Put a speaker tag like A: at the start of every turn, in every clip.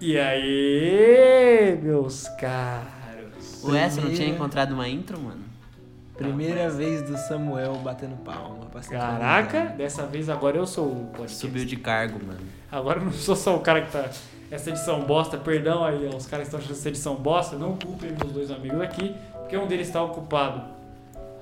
A: E aí, meus caros?
B: O S não tinha encontrado uma intro, mano?
C: Primeira vez do Samuel batendo palma. pra central
A: Caraca,
C: do
A: dessa vez agora eu sou o podcast.
B: Subiu de cargo, mano.
A: Agora eu não sou só o cara que tá. Essa edição bosta, perdão aí, ó, os caras que estão achando essa edição bosta, não culpem meus dois amigos aqui, porque um deles está ocupado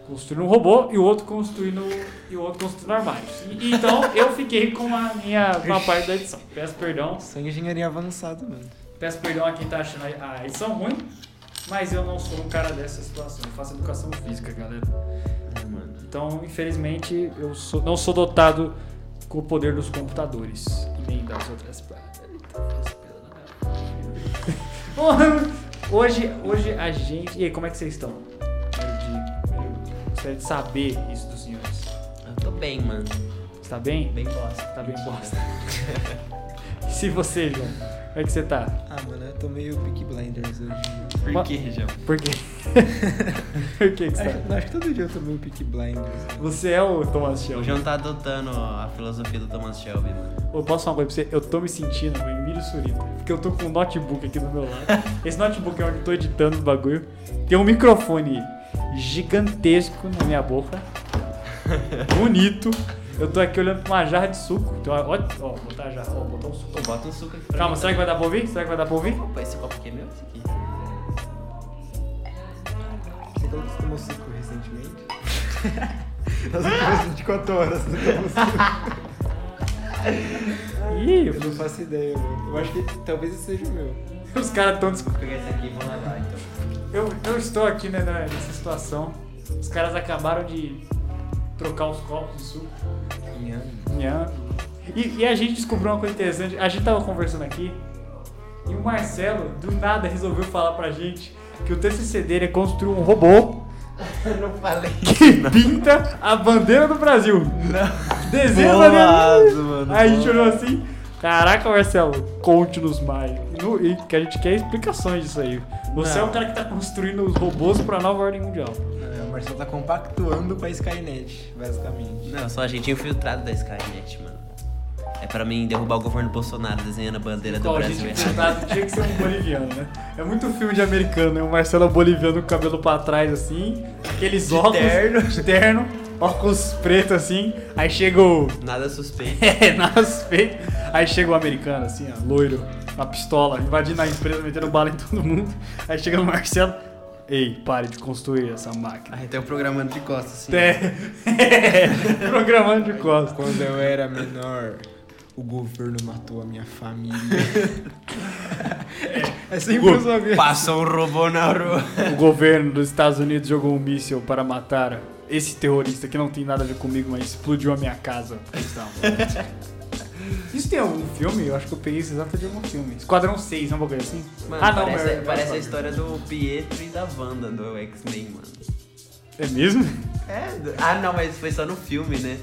A: construindo um robô e o outro construindo e o outro construindo armários. E- e então eu fiquei com a minha com a parte da edição. Peço perdão,
C: Isso é engenharia avançada, mano.
A: peço perdão a quem tá achando a a edição ruim, mas eu não sou um cara dessa situação. Eu faço educação física, galera.
B: Ah, mano.
A: Então, infelizmente, eu sou- não sou dotado com o poder dos computadores e nem das outras plantas. Hoje, hoje a gente. E aí, como é que vocês estão? Primeiro dia, primeiro- Gostaria de saber isso dos senhores.
B: Eu tô bem, mano.
A: Você tá bem?
B: Bem bosta.
A: Tá bem bosta. E se você, João? Como é que você tá?
C: Ah, mano, eu tô meio Peaky Blinders hoje.
A: Ba-
B: Por que, João?
A: Por quê? Por que, que você tá?
C: Acho, acho que todo dia É, eu tô meio Peaky Blinders.
A: Você é o Thomas
B: O
A: Shelby.
B: João tá adotando a filosofia do Thomas Shelby, mano.
A: Eu posso falar uma coisa pra você? Eu tô me sentindo o Emílio Surita, porque eu tô com um notebook aqui do meu lado. Esse notebook é onde eu tô editando os bagulho. Tem um microfone gigantesco na minha boca. Bonito. Eu tô aqui olhando pra uma jarra de suco. Então, ó, ó, botar a jarra, ó, botar um suco.
B: Pô, bota um suco aqui pra
A: Calma,
B: mim.
A: será que vai dar pra ouvir? Será que vai dar pra ouvir?
B: Opa, esse copo aqui é meu? Esse aqui?
C: Você falou que você tomou suco recentemente? Nas últimas 24 horas você tomou suco.
A: Ih,
C: Eu não faço ideia, mano. Eu acho que talvez esse seja o meu.
A: os caras tão
B: Vou pegar esse aqui e vou lavar, então.
A: Eu, eu estou aqui né, na- nessa situação. Os caras acabaram de trocar os copos de suco. Nham. E, e a gente descobriu uma coisa interessante. A gente tava conversando aqui e o Marcelo, do nada, resolveu falar pra gente que o TCC dele é construir um robô
B: Eu não falei.
A: que pinta a bandeira do Brasil. Não. Desenha a bandeira.
B: Bolado, mano,
A: Aí a gente
B: bolado.
A: olhou assim. Caraca, Marcelo, conte-nos mais. E, no- e que a gente quer explicações disso aí. Você
C: Não.
A: é o cara que tá construindo os robôs pra nova ordem mundial.
C: É, o Marcelo tá compactuando pra Skynet, basicamente.
B: Não, eu sou um agente infiltrado da Skynet, mano. É pra mim derrubar o governo Bolsonaro desenhando a bandeira do
A: Qual a
B: Brasil
A: gente
B: errado.
A: infiltrado tinha que ser um boliviano, né? É muito filme de americano, né? O Marcelo é boliviano com o cabelo pra trás, assim, aqueles
B: De
A: óculos
B: terno.
A: de terno, óculos pretos, assim, aí chega o...
B: Nada suspeito.
A: É, nas feitas. Aí chega o americano, assim, ó, loiro, uma pistola, invadindo a empresa, metendo bala em todo mundo. Aí chega o Marcelo, ei, pare de construir essa máquina.
B: Aí tem o programando de costas, assim.
A: É, programando de costas.
C: Quando eu era menor, o governo matou a minha família. é sempre
A: Gu-
C: os amigos.
B: Passa um robô na rua.
A: O governo dos Estados Unidos jogou um míssil para matar esse terrorista que não tem nada a ver comigo, mas explodiu a minha casa. Então, Isso tem algum filme? Eu acho que eu peguei isso exato de algum é um filme. Esquadrão 6, não é um bagulho assim?
B: Mano, parece,
A: é-
B: parece a
A: é-
B: história do Pietro e da Wanda do X-Men, mano.
A: É mesmo?
B: É? do- Ah, não, mas foi só no filme, né?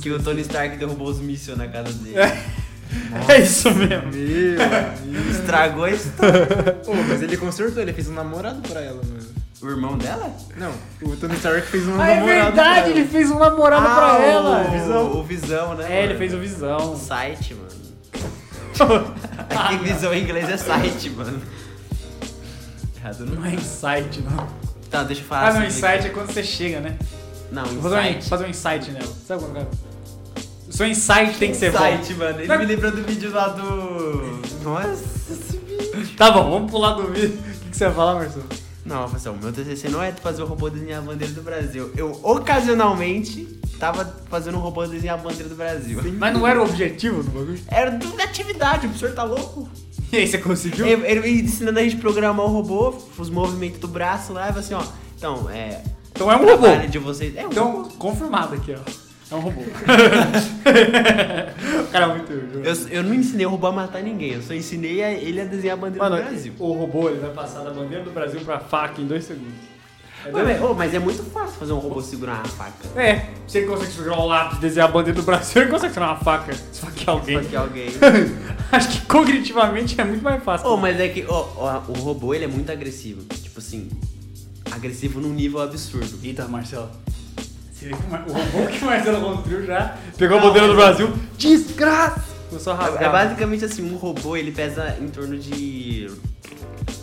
B: Que o Tony Stark derrubou os mísseis na casa dele.
A: É isso mesmo.
C: Meu amigo.
B: Estragou a história.
C: Ô, mas ele consertou, ele fez um namorado pra ela, mano.
B: O irmão dela?
C: Não, o Tony Stark fez um
A: Ah, é
C: namorado pra ela.
A: verdade, ele fez um namorado
B: Ah,
A: pra
B: o-
A: ela.
B: O O Visão, né?
A: É, ele
B: mano?
A: fez o Visão. Ah,
B: Site, mano. Aqui Visão em inglês é site, mano. Errado não
A: Não
B: é.
A: é insight, não.
B: Tá, deixa eu falar
A: Ah, não,
B: sobre-
A: insight é quando você chega, né?
B: Não,
A: Vou fazer um,
B: insight.
A: fazer um insight nela. Sabe quando o cara... O seu insight tem que ser bom.
B: Site, mano. Ele
A: Mas-
B: me lembrou do vídeo lá do. Nossa, esse vídeo.
A: Tá bom, vamos pular do vídeo. O que, que você vai falar, Marcelo?
B: Não, Rafael, meu TCC não é fazer o robô desenhar a bandeira do Brasil. Eu, ocasionalmente, tava fazendo um robô desenhar a bandeira do Brasil. é-
A: Mas não era o objetivo do bagulho?
B: Era do- da atividade, o senhor tá louco?
A: E aí, você conseguiu?
B: Ele, ele ensinando a gente a programar o robô, os movimentos do braço lá, e assim, ó. Então, é.
A: Então é um
B: o
A: robô.
B: trabalho de vocês. É um
A: Então,
B: robô.
A: confirmado aqui, ó. É um robô. o cara é muito...
B: Eu, eu não ensinei o robô a matar ninguém, eu só ensinei a- ele a desenhar a bandeira
A: Mano,
B: do Brasil.
A: o robô ele vai passar da bandeira do Brasil pra faca em dois segundos. É,
B: Ué,
A: doido?
B: mas- ô, mas é muito fácil fazer um robô segurar uma faca.
A: É, se ele consegue segurar um lápis, desenhar a bandeira do Brasil, ele consegue tirar uma faca, esfaquear alguém.
B: Porque alguém.
A: Acho que cognitivamente é muito mais fácil.
B: Ô, mas é que ó, ó, o robô ele é muito agressivo. Tipo assim, agressivo num nível absurdo.
A: Eita, Marcelo. Você vê que o Mar- o robô que o Marcelo construiu já pegou a
B: Não,
A: bandeira do
B: mas-
A: Brasil. Desgraça! Começou a rasgar.
B: É, é basicamente assim, um robô ele pesa em torno de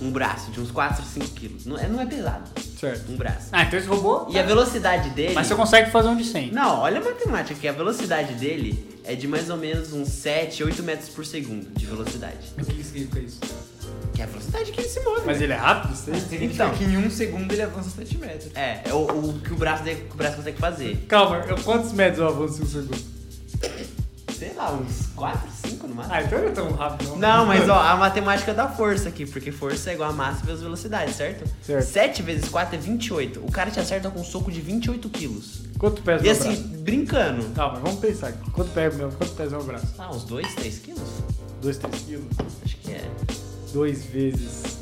B: um braço, de uns 4, 5 quilos. Não é, não é pesado,
A: Certo.
B: um braço.
A: Ah, então esse robô...
B: E a velocidade dele...
A: Mas você consegue fazer um de 100.
B: Não, olha a matemática aqui, a velocidade dele é de mais ou menos uns 7, 8 metros por segundo de velocidade.
C: O que significa isso?
B: Que é a velocidade que ele se move.
A: Mas ele é rápido? Você...
C: Significa
B: Então.
C: que em um segundo ele avança 7 metros.
B: É, é o, o que o braço, dele, que o braço consegue fazer.
A: Calma, eu- quantos metros eu avanço em um segundo?
B: Sei lá, uns 4, 5 no máximo.
A: Ah, então não é tão rápido não.
B: Não, mas ó, a matemática da força aqui, porque força é igual a massa vezes velocidade, certo?
A: Certo.
B: 7 vezes 4 é 28. O cara te acerta com um soco de 28 quilos.
A: Quanto pesa
B: E
A: meu
B: assim,
A: braço?
B: brincando.
A: Calma, vamos pensar aqui. Quanto pega meu, quanto pesa meu braço?
B: Ah, uns 2, 3 quilos?
A: 2, 3 quilos.
B: Acho que é.
A: 2 vezes...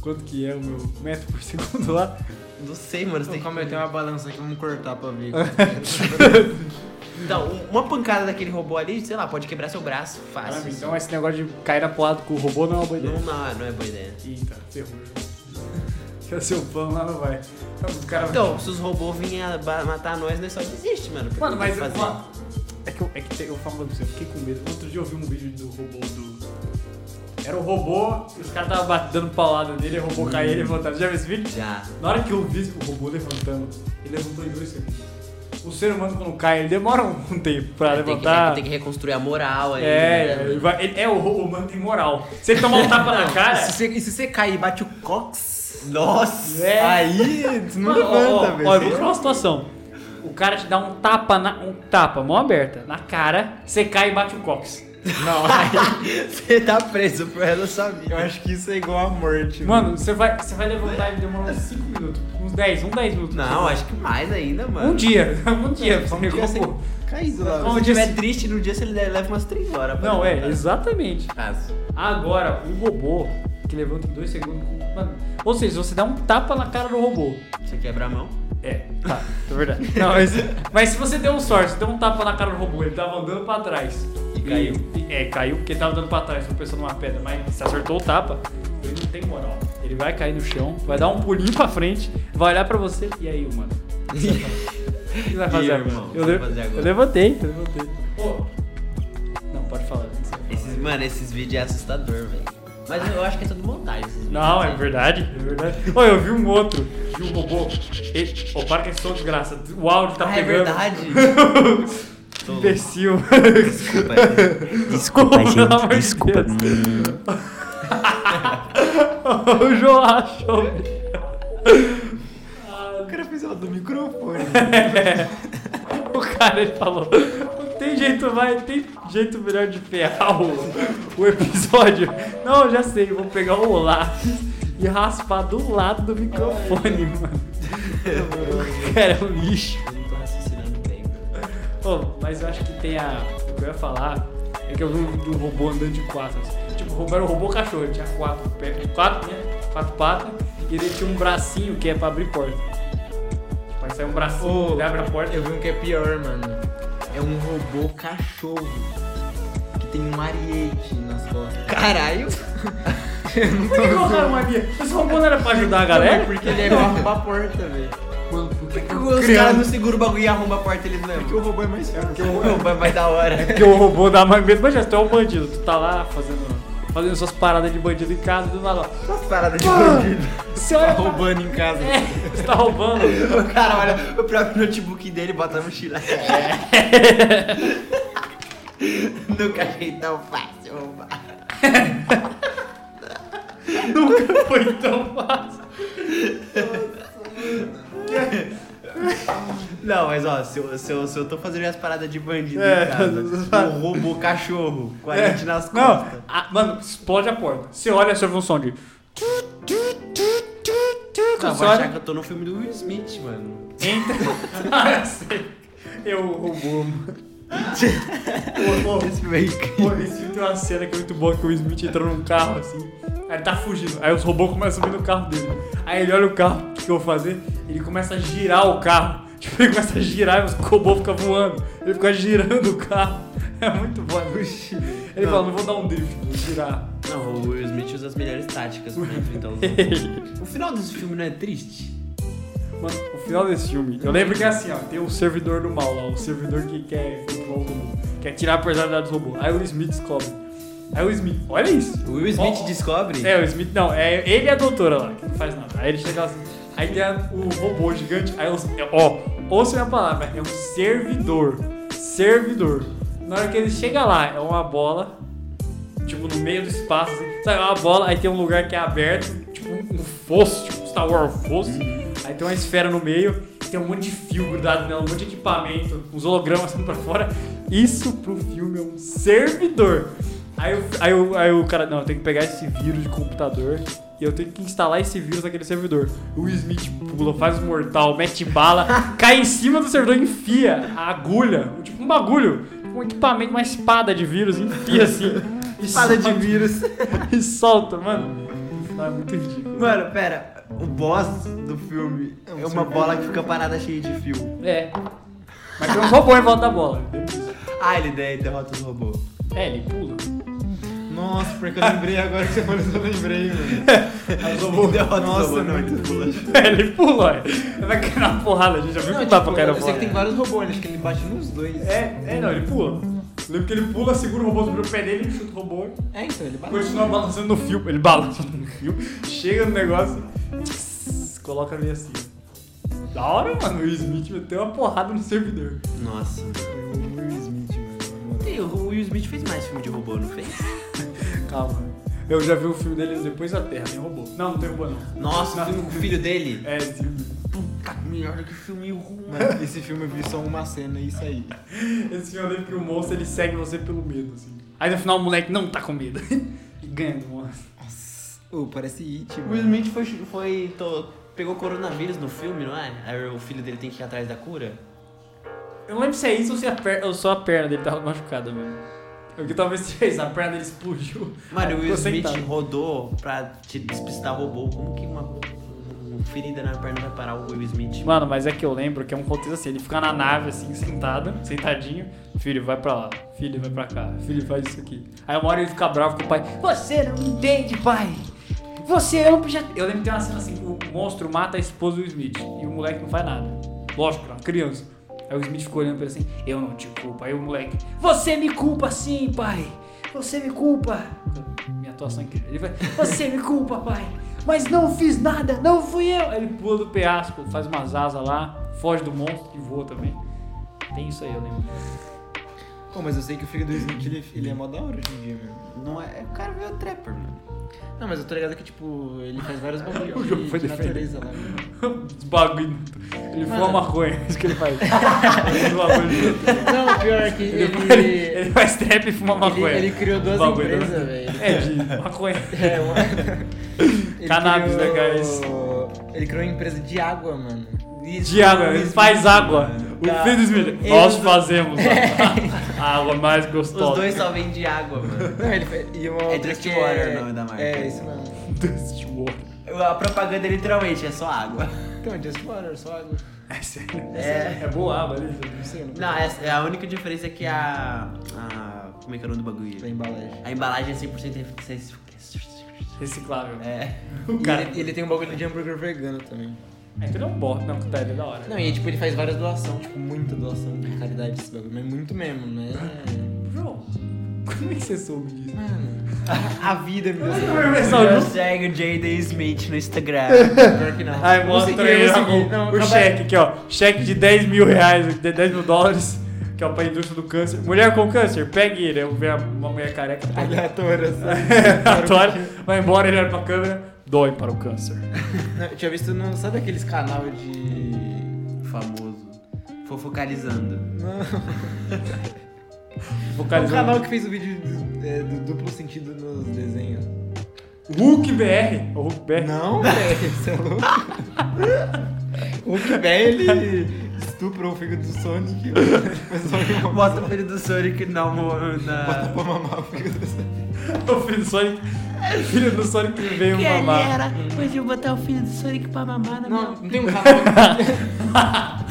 A: Quanto que é o meu metro por segundo lá?
B: Não sei, mano. Você tem
C: Então,
B: que-
C: calma, eu tenho uma balança aqui, vamos cortar pra ver.
B: Então, um- uma pancada daquele robô ali, sei lá, pode quebrar seu braço fácil. assim.
A: Caramba, então esse negócio de cair na porrada com o robô não é uma boa ideia.
B: Não, não, não é boa ideia.
A: Eita, tá, ferrou. Quer ser o plano lá, não vai. Tá, Os caras
B: Então, se os robôs vinham a ba- matar nós, nós só desiste, mano. porque
A: Mano,
B: não tem o
A: mas
B: que
A: eu
B: fazer.
A: vou- É que eu, é que te- eu falo pra você, eu fiquei com medo. Outro dia eu vi um vídeo do robô do. Era o robô, e os caras estavam batendo paulada nele, o robô caía e levantava. Já viu esse vídeo?
B: Já.
A: Na hora que eu vi o robô levantando, ele levantou em dois segundos. O ser humano quando cai, ele demora um um tempo pra
B: Tem que-
A: levantar.
B: Tem que, reconstruir a moral aí.
A: é,
B: né?
A: ele vai- ele- é, o robô humano tem moral. Se ele tomar um
B: tá
A: tapa na cara.
C: se você, e se você cair e bate o cox,
B: Nossa!
A: É.
C: aí você não
A: Mano, ó,
C: levanta,
A: ó,
C: velho.
A: Ó, eu vou te falar uma situação. O cara te dá um tapa, na, um tapa, mão aberta, na cara, você cai e bate o cox.
C: Não,
B: Você tá preso pro resto da sua
C: eu
B: vida.
C: acho que isso é igual a morte.
A: Mano, você vai, você vai levantar e demora uns 5 minutos, uns 10, uns 10 minutos.
B: Não, acho que mais ainda, mano.
A: Um dia, um dia, você
C: um dia
A: pegou,
C: você
A: pô.
C: caído lá.
A: Bom,
B: Se
A: um
B: tiver
A: dia-
B: triste no dia, você leva umas 3 horas. pra
A: Não, é,
B: levantar.
A: exatamente.
B: Caso.
A: Agora, o robô que levanta em 2 segundos. com- mano, ou seja, você dá um tapa na cara do robô.
B: Você quebra a mão.
A: É, tá, é verdade. Não, mas, mas se você deu um sorte, você deu um tapa na cara do robô, ele tava andando pra trás.
B: E caiu.
A: E- é, caiu porque tava andando pra trás, tropeçou numa pedra, mas se acertou o tapa, ele não tem moral. Ele vai cair no chão, vai dar um pulinho pra frente, vai olhar pra você, e aí, mano? O que você vai fazer? O que você vai
B: E
A: fazer
B: aí,
A: agora?
B: irmão, o que
A: eu,
B: você
A: le-
B: vai fazer agora?
A: eu levantei, eu levantei. Não, pode falar. não sei.
B: Esses, mano, esses vídeos é assustador, velho. Mas eu acho que é tudo montagem. esses vídeos,
A: Não, é
B: assim.
A: verdade, é verdade. Ô, eu vi um outro, vi um robô. Ele, ô, para com esse som de graça, o áudio tá
B: Ah, é
A: pegando.
B: verdade. Tô louco.
A: Imbecil.
B: Desculpa, é gente. Desculpa,
A: Pelo amor
B: gente.
A: de
B: Desculpa.
A: Deus. o João achou.
C: O cara fez ela do microfone.
A: O cara ele falou: não tem jeito, vai, tem jeito melhor de ferrar o, o episódio. Não, já sei, vou pegar o lápis e raspar do lado do microfone, mano. O cara é um lixo.
B: Eu não tô raciocinando bem.
A: Ô, mas eu acho que tem a. O que eu ia falar é que eu vi um, de um robô andando de quatro. assim. Tipo, o robô era um robô cachorro, ele tinha quatro, pé- quatro, né? Quatro patas, e ele tinha um bracinho que é pra abrir porta. Tipo, aí sai um bracinho,
C: Ô,
A: ele abre a porta.
C: Eu vi um que é pior, mano. É um robô cachorro que tem um ariete nas costas.
B: Caralho.
A: Por que colocaram uma via? Esse robô não era pra ajudar a galera?
C: Porque ele é igual arromba a porta, velho. Mano, por que
B: Os caras não seguram o bagulho e arrombam a porta eles mesmo.
C: Porque o robô é mais fácil.
B: Pô, vai, vai da hora.
A: Porque o robô dá mais medo. Imagina, tu é um bandido, tu tá lá fazendo, fazendo suas paradas de bandido em casa, do nada. ó.
B: Essas paradas de bandido.
A: Você olha. pra-
C: Tá roubando em casa.
A: É, você tá roubando.
B: O cara olha o próprio notebook dele e bota na mochila.
A: É.
B: Nunca achei tão fácil roubar.
A: Nunca foi tão fácil.
B: Não, mas ó, se eu, se eu, se eu tô fazendo minhas paradas de bandido
A: É,
B: em
A: essas
B: casa,
A: paradas.
B: um robô cachorro com a gente nas
A: É. Não,
B: costas.
A: a- mano, explode a porta. Você olha, você ouve um som de.
B: Não,
A: Você
B: vai Ah, achar que
A: olha,
B: eu tô no filme do Will Smith, mano.
A: entra. Ah, eu sei. Eu robô, mano. Ô, ô,
B: Esse filme é incrível.
A: Pô, nesse filme tem uma cena que é muito boa que o Smith entra num carro assim. Aí ele tá fugindo. Aí os robôs começam a subir no carro dele. Aí ele olha o carro, o que que eu vou fazer? Ele começa a girar o carro. Tipo, ele começa a girar e os robôs ficam voando. Ele fica girando o carro. É muito bom. é muito chique. Ele
B: Não.
A: fala, não vou dar um drift, vou girar.
B: Não, o Will Smith usa as melhores táticas pra enfrentar os O final desse filme não é triste?
A: Mano, um o final desse filme. Eu lembro que é assim, ó. Tem o servidor do mal lá, o servidor que quer controlar o mundo. que é tirar a personalidade do robô. Aí o Smith descobre. Aí o Smith, olha isso.
D: O Will Smith
A: Ó,
D: descobre.
A: É, o Smith, não, é ele e a doutora lá, que não faz nada. Aí ele chega assim, aí tem a- o robô gigante, aí os- é, ó, ouça minha palavra, é um servidor. Servidor. Na hora que ele chega lá, é uma bola, tipo, no meio do espaço, assim, sabe, é uma bola, aí tem um lugar que é aberto, tipo, um fosso, tipo, Star Wars um fosso. Aí tem uma esfera no meio, tem um monte de fio grudado nela, um monte de equipamento, uns hologramas saindo pra fora. Isso pro filme é um servidor. Aí, o- aí, o- aí o cara, não, eu tenho que pegar esse vírus de computador e eu tenho que instalar esse vírus naquele servidor. O Will Smith pula, faz o mortal, mete bala, cai em cima do servidor, e enfia a agulha, tipo um bagulho, um equipamento, uma espada de vírus, enfia assim. e
B: Espada de
A: solta-
B: vírus.
A: E solta, mano. Isso é muito ridículo.
B: Mano, pera. O boss do filme é,
C: É um
B: uma
C: servidor.
B: bola que fica parada cheia de fio.
A: É. Mas tem um robô em volta da bola.
B: Ah, ele der- derrota os robôs.
A: É, ele pula.
C: Nossa, porque eu lembrei agora que você falou, eu lembrei, mano.
B: Os robôs derrotam
C: Nossa,
B: os robôs, não,
C: muito
B: ele pula.
A: É, ele pula, ó. Ele vai cair na porrada, a gente já viu que dá pra
B: tipo,
A: cair
D: tipo, eu
A: na
D: sei
A: porrada.
D: que tem vários robôs, né? acho que ele bate nos dois.
C: né?
A: É, é, não, ele pula. Lembra que ele pula, segura o robô sobre o pé dele, chuta o robô,
D: É, então, ele bate.
A: continua balançando no fio. Ele balança no fio, chega no negócio, tss, coloca meio assim. Da hora, mano, o Will Smith meteu uma porrada no servidor.
B: Nossa.
C: Eu amo o Will Smith, né? mano.
B: E o Will Smith fez mais filme de robô, não fez?
A: Calma. Eu já vi o filme deles depois da Terra, tem robô. Não, não tem robô não.
B: Nossa, o filme com o filho dele.
A: É, sim.
B: Puta, melhor que filme ruim.
C: Mano, esse filme eu vi só uma cena e isso aí.
A: Esse filme eu lembro que o monstro ele segue você pelo medo, assim. Aí no final o moleque não tá com medo. E ganha do monstro.
C: Nossa. Ô, parece It,
B: O Will
C: mano.
B: Smith foi. foi to- pegou coronavírus no filme, não é? Aí o filho dele tem que ir atrás da cura.
A: Eu não lembro se é isso ou se é a perna, ou só a perna dele tava machucada mesmo. É O que talvez seja isso, a perna dele explodiu. Aí
B: Mano, o Will
A: ficou
B: Smith
A: Ah, sentado.
B: rodou pra te despistar robô. Como que uma, uma ferida na perna vai parar o Will Smith?
A: Mano, mas é que eu lembro que é um contexto assim, ele fica na nave assim, sentado, sentadinho. Filho, vai pra lá. Filho, vai pra cá. Filho, faz isso aqui. Aí uma hora ele fica bravo com o pai. Você não entende, pai. Você é um... Já... Eu lembro que tem uma cena assim, que o monstro mata a esposa do Smith. E o moleque não faz nada. Lógico, é uma criança. Aí o Smith ficou olhando pra ele assim, eu não te culpo. Aí o moleque, você me culpa sim, pai. Você me culpa. Minha atuação é incrível. Ele vai, você me culpa, pai. Mas não fiz nada, não fui eu. Aí ele pula do penhasco, faz umas asas lá, foge do monstro e voa também. Tem isso aí, eu lembro.
C: Pô, mas eu sei que o filho do Smith, ele, ele é mó da hora hoje em dia, mano.
B: Não é. O cara veio trapper, mano.
C: Não, mas eu tô ligado que, tipo, ele faz vários bagulhos
A: O jogo
C: de,
A: foi
C: de
A: defendido.
C: natureza lá. mano.
A: Os bagulho. Ele voa
C: Mano.
A: maconha, é isso que ele faz. Ele voa maconha.
C: Não, o pior é que
A: Ele,
C: ele...
A: ele, ele é faz trap e fuma maconha.
C: ele criou duas
A: Bagulho,
C: empresas,
A: né?
C: velho.
A: É, de maconha.
C: É, mano. Ele
A: Cannabis, né, cara?
C: criou- Ele criou uma empresa de água, mano.
A: De água, ele faz água. O
C: Tá.
A: filho do Smith.
C: Ele-
A: Nós fazemos a, a água mais
B: Os
A: gostosa.
B: dois só vêm de água, mano.
C: Não, ele fez... E uma
B: É
C: outra que
B: Driftwater o nome da marca.
C: É, isso mesmo.
A: Dust Water.
B: A propaganda literalmente é só água.
C: Então, é Just Water, só água.
A: É sério.
B: É.
A: É boa água, né?
C: Não sei, eu não
B: Não, essa- é a única diferença é que a. a como é que é o nome do
C: da
B: bagulho?
C: embalagem.
B: A embalagem é 100% eficiente.
A: Reciclável.
B: É.
A: O
C: E
A: cara.
C: ele, ele tem um bagulho de hambúrguer vegano também.
A: É que ele é um bosta. Não, tá, ele é da hora.
C: Não, e tipo, ele faz várias doações, tipo, muita doação de caridade esse bagulho, mas muito mesmo, né?
A: Bro, como é que você soube disso?
C: Mano, a, a vida me deu essa
B: Eu segue o Jaden Smith no Instagram.
C: Pior que não.
A: Ai,
C: Eu
A: mostra
C: consegui,
A: aí
C: eu consegui.
A: o-
C: Não,
A: o
C: acaba-
A: cheque aqui, ó. Cheque de 10 mil reais, de 10 mil dólares, que é pra indústria do câncer. Mulher com câncer, pegue ele. Eu vi uma mulher careca. pegue.
C: Aleatório, assim.
A: Aleatório, vai embora, ele olha pra câmera. Dói para o câncer.
C: Não, eu tinha visto, no, sabe aqueles canal de...
B: Famoso. Fofocalizando.
C: Não, é o
A: Focalizando.
C: canal que fez o vídeo do, é, do duplo sentido nos desenhos.
A: Hulk BR. O Hulk BR.
C: Não, velho, você é louco. o que bem ele estuprou o filho do Sonic.
B: Bota o filho do Sonic na. na...
C: pra mamar o filho do Sonic.
A: O filho do Sonic. O filho do Sonic veio mamar.
B: hoje eu vou botar o filho do Sonic pra mamar na
C: Não, não tem um canal.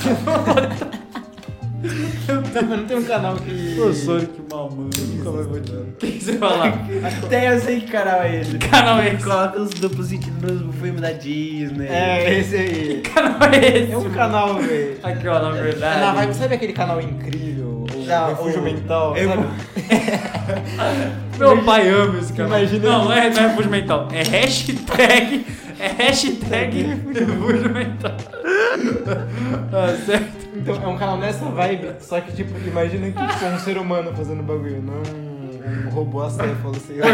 C: não, mas não tem um canal que.
A: O Sonic mamando. Nunca mais vou te. O que você fala?
B: Tem, eu sei que canal é esse.
A: Que canal é esse?
B: Coloca os duplos sentidos no filme da Disney. Tá,
C: É, esse aí.
A: Que canal é esse?
C: É um
A: mano?
C: canal, velho. É
A: Aqui, ó, na
C: Na vibe,
A: verdade.
C: sabe aquele canal incrível? Ou
B: Não,
C: refúgio
B: o-
C: mental.
B: eu-
C: sabe?
A: Meu pai ama esse canal.
C: Imagina-
A: não, não é, não é refúgio mental. É hashtag. É hashtag
C: É
A: refúgio mental. Tá certo.
C: Então é um canal nessa vibe, só que tipo, imagina que tipo, é um ser humano fazendo bagulho, não um um robô acéfalo, sei lá.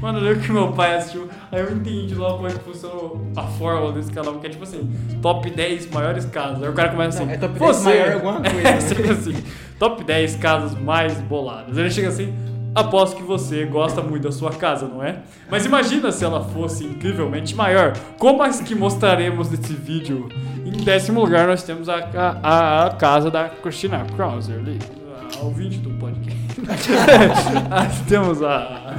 A: Mano, eu lembro que meu pai assistiu, aí eu entendi logo como é que funcionou a fórmula desse canal, porque é tipo assim, top 10 maiores casas. Aí o cara começa assim.
C: Não, é top 10 maior alguma coisa, né?
A: É, sempre assim, top 10 casas mais boladas. Aí Ele chega assim, aposto que você gosta muito da sua casa, não é? Mas imagina se ela fosse incrivelmente maior. Como as que mostraremos nesse vídeo? Em décimo lugar nós temos a, a- a, a casa da Christina Krauser ali. a Ouvinte do podcast. Aí Ah, temos a.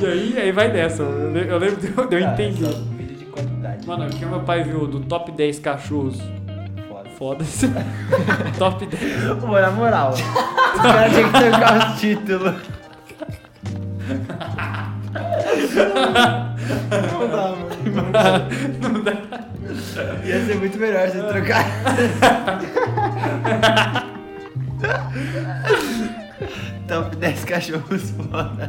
A: E aí, aí vai dessa. Eu le- eu lembro de eu, de eu entender.
B: Cara, só Vídeo de qualidade.
A: Mano, o que meu pai viu do top 10 cachorros
B: foda.
A: foda-se. top 10.
B: Pô, na moral, o cara tinha que trocar o título.
C: Não dá, mano.
A: Não dá.
B: Ia ser muito melhor se trocar. Top 10 cachorros foda.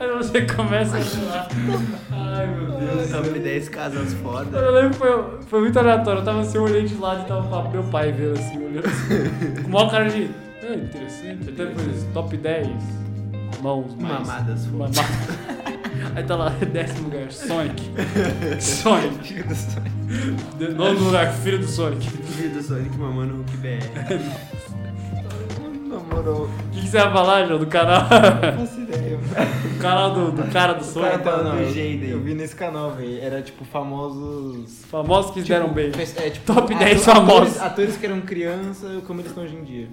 A: Aí você começa a chorar. Ai, meu Deus.
B: Top 10 casas foda.
A: Eu lembro que foi, foi muito aleatório. Eu tava assim, eu olhei de lado e tava pra- meu pai vendo assim, olhando assim. Com o maior cara de. É interessante. Até depois assim, top 10 mãos mais.
B: Mamadas foda.
A: Mamada. Aí tá lá, décimo lugar, Sonic. Sonic.
B: Filho do Sonic.
A: De- Nono lugar, filho do Sonic. O
B: Filho do Sonic mamando Hulk BR.
C: Na moral,
A: que, que você vai falar, João, do canal?
C: não faço ideia.
A: do canal do, do cara do
C: O cara
A: Sonic?
B: tá
C: tava
B: do
C: eu-
B: jeito aí.
C: Eu vi nesse canal, velho. Era tipo famosos.
A: Famosos que deram bem.
C: É, tipo,
A: Top 10
C: ato-
A: famosos.
C: Atores, atores que eram criança, como eles estão hoje em dia.